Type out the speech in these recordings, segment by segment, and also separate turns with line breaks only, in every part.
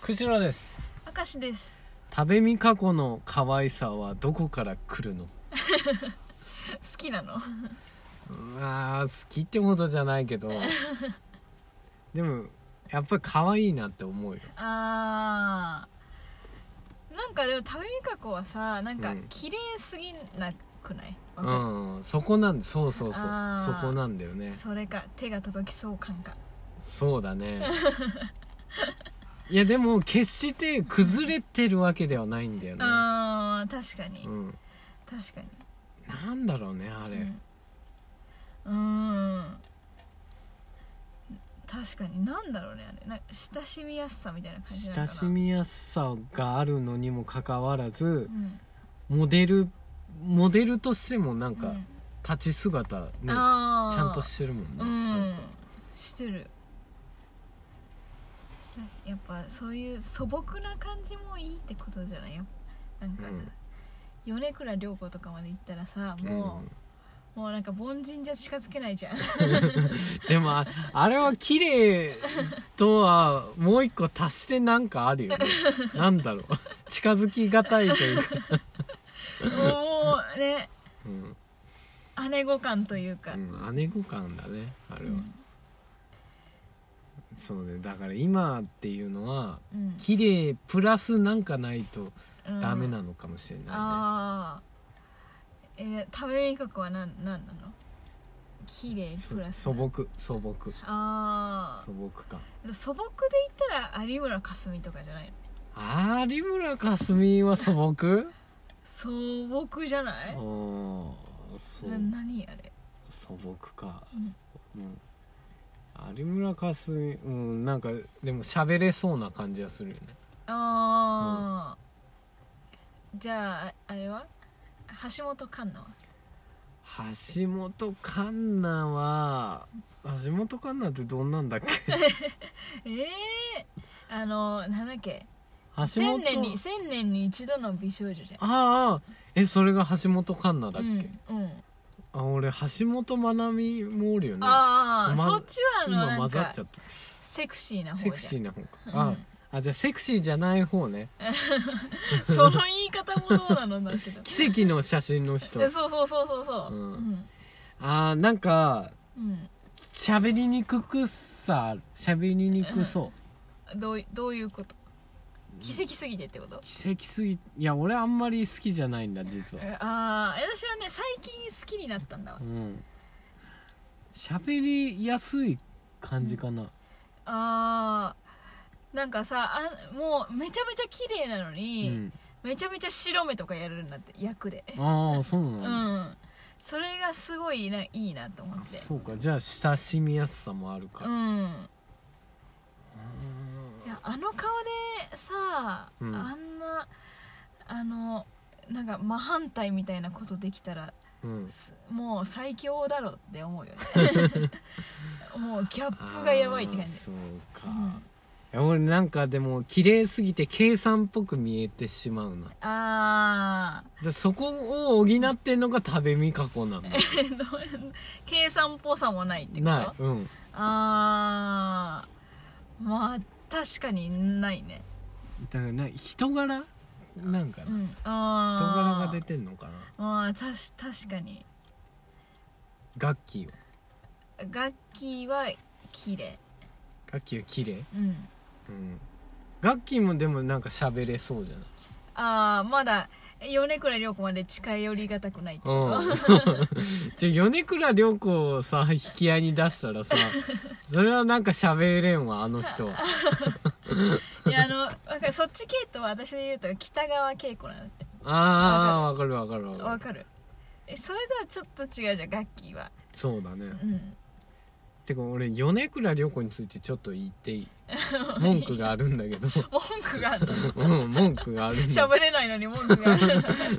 釧路です
明石です
食べみかこの可愛さはどこから来るの
好きなの
まあ好きってほどじゃない けどでもやっぱり可愛いなって思うよ
あーなんかでも食べみかこはさなん
う
か
ん
綺麗すぎなくない、わかる
うんそこなんそうそうそう
あ
そ
ー
こなんだよね
それか手が届きそう感が
そうだ ねいやでも決して崩れてるわけではないんだよね
あー確かに、
うん
確かに
なんだろうねあれ、
うんうーん確かになんだろうねあれなんか親しみやすさみたいな感じなのか
親
な
しみやすさがあるのにもかかわらず
うん
モデルモデルとしてもなん
う
か
ん
立ち姿ね、ちゃ
あー
んとしてるもんね、
うんしてるやっぱそういう素朴な感じもいいってことじゃないやっぱなんか、
うん
米倉涼子とかまで行ったらさ
うん
もう、もうなんか凡人じゃ近づけない じゃん
でもああれは綺麗とはもう一個足してなんかある よねなんだろう近づきがたいというか、
もうね
うん
姉御感というか、
うん、姉御感だねあれは、
うん
そうねだから今っていうのは
うん
綺麗プラスなんかないと
うん
ダメなのかもしれないね、
ああえー食べ味覚は何なんなの綺麗
そ
プラス
素朴素朴
あ
素朴感
あ素朴で言ったら有村架純とかじゃないの
有村架純は素朴
素朴じゃない
おーそう
な何あれ
素朴か、うん有村架純うんなんかでも喋れそうな感じがするよね
ああ、じゃああれは橋本環奈は
橋本環奈は橋本環奈ってどんなんだっけ
ええあのなんだっけ
橋
千
本
年に千年に一度の美少女じゃん
ああえそれが橋本環奈だっけ、
うん、うん
あ俺橋本まなみもおるよね
ああ、
ま
そっちはあの
今
な
混
ん
ざ
か
っちゃった
セクシーな方じ
セ
ゃん
クシーな方か、
う
あ
ん
あじゃあセクシーじゃない方 ね
その言い方もどうなのだ けど
奇跡の写真の人
えそうそうそうそうそう
うん
うん
あーなんか
うん
喋りにくくさ喋りにくそう
どういどういうこと奇跡すぎてってこと
奇跡すぎいや俺あんまり好きじゃないんだ実は
えああ私はね最近好きになったんだわ
うん喋りやすい感じかな、
あーなんかさあもうめちゃめちゃ綺麗なの
う
に、
ん
めちゃめちゃ白目とかやるんだって役で
ああそうな
うん、
の、
それがすごいないいなと思って
そうかじゃあ親しみやすさもあるか
う
ら、
んいやあの顔でさ、
うん
あんなあのなんか真反対みたいなことできたら
うん
すもう最強だろって思 うよねもうギャップがやばいって感
あー
じ
そうか、
うん
いや俺なんかでも綺麗すぎて計算っぽく見えてしまうな
ああ
でそこを補ってんのが食べみかこ なんだ
計算っぽさもないってこと
ないうん
あーまあ確かにないね
だからな人柄なんか
う
な、
ん
人柄
あ
が
ー
出てんのかな
まあたし確かに
楽器を
楽器は綺麗
楽器は綺麗
うん
うん楽器もでもなんか喋れそうじゃない
ああまだ米倉涼子まで近寄りがたくないってこと、
うんじゃあ米倉涼子をさ引き合いに出したらさ それはなんか喋れんわあの 人は
いやあのわかるそっち系とは私で言うと北川景子なんだって
ああわかるわかるわかる
わかるえそれとはちょっと違うじゃん楽器は
そうだね
うん
てか俺米倉涼子についてちょっと言って いい文句があるんだけど
文句があるの
うん文句があるんだ
喋れないのに文句があ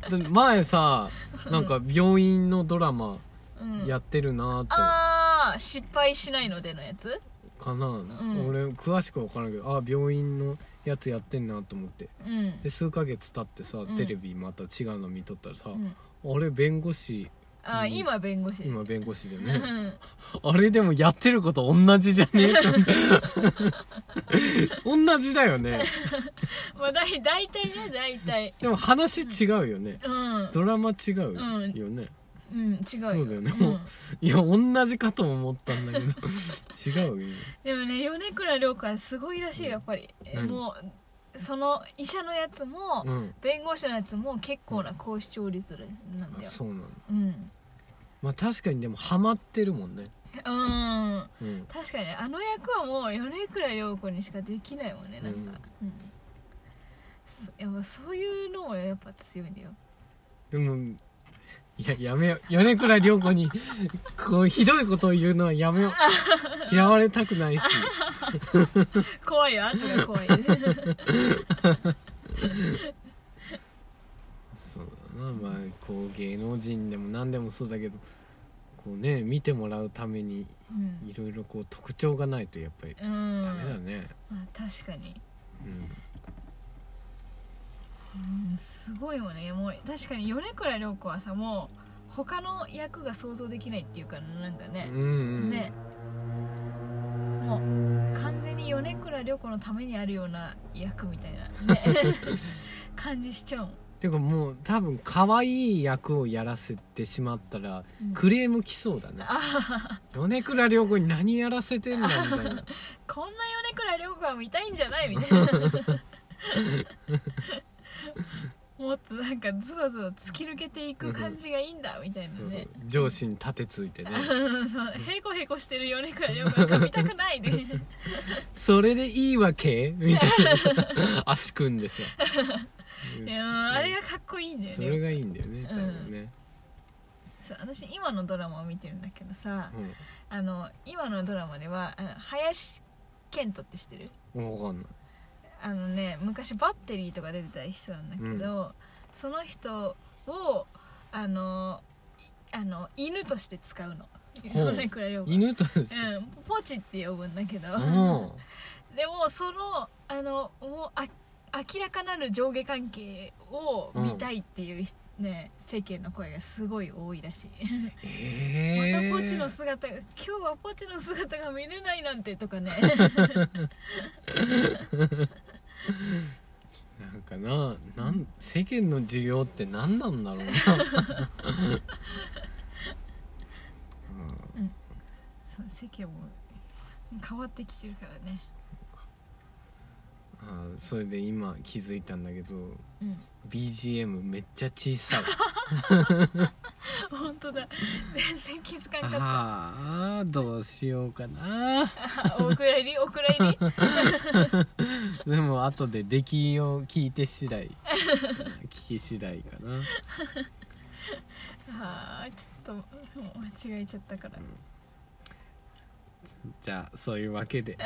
る、
前さなんか病院のドラマ
うん、
やってるなと
ああ失敗しないのでのやつ
かな、
ん
俺詳しく分からんけどあ病院のやつやってんなと思って
うん
で数ヶ月経ってさ
うん
テレビまた違うの見とったらさ、
うん
あれ弁護士
あ、
うん
今弁護士
今弁護士で
う
ね
ん
あれでもやってること同じじゃ ねえ同じだよね
まあだい大体ね大体
でも話違うよね
うん
ドラマ違うよ
うん
ね、
うん違うよ
そうだよね
ん
いや同じかとも思ったんだけ ど違うよね
でもね米倉涼子はすごいらしいよやっぱり
何
もうその医者のやつも、
うん
弁護士のやつも結構な高視聴率なん
あ
だよ
そうなんだ
うん
まあ確かにでもハマってるもんね
うん
うん
確かにあの役はもう米倉涼子にしかできないもんねなんか、うんそやっぱそういうのもやっぱ強いんだよ
でもいややめよう米倉涼子にこうひどいことを言うのはやめよ う嫌われたくないし
怖いよ後 が怖いです
そうだなまあこう芸能人でも何でもそうだけどこうね見てもらうために
うん、
いろいろこう特徴がないとやっぱり
う
ダ
ん
メだね、
まあ、確かに、
うん
うん、すごいよねもう確かに米倉涼子はさもう他の役が想像できないっていうかなんかね、
うんうん
ねもう完全に米倉涼子のためにあるような役みたいな、 ね、感じしちゃうもん、
てかもう多分可愛い役をやらせてしまったら
うん
クレーム来そうだね
あはは
米倉涼子に何やらせてんだみたいな
こんな米倉涼子は見たいんじゃないみたいなもっとなんかズバズバ突き抜けていく感じがいいんだみたいな
そうそう
ね
上司に立てついてね
そうへこへこしてる米倉涼子なんか見たくないで
それでいいわけみたいな足組んでさ
いやあれがかっこいいんだよ
それ
ね
がいいんだよね多分ね、
そう私今のドラマを見てるんだけどさ
うん
あの今のドラマではあの林遣都って知ってる
分かんない
あのね昔バッテリーとか出てた人なんだけど、その人をあのいあの犬として使うの
ほう
米倉涼子
犬とし
うん、ポチって呼ぶんだけど
うん、も
でもそのあのもうあ明らかなる上下関係を見たいっていう、ね、世間の声がすごい多いらしいま
え
た
ー、
ポチの姿が今日はポチの姿が見れないなんてとか ね
なんかななん世間の需要って何なんだろうな
そう世間も変わってきてるからね
うん、あーそれで今気づいたんだけど
うん
BGM めっちゃ小 さい
本当だ全然気づかんかった
あーどうしようかな
あお蔵入りお蔵入り
でも後で出来を聞いて次第聞き次第かな
あーちょっともう間違えちゃったから
じゃあそういうわけで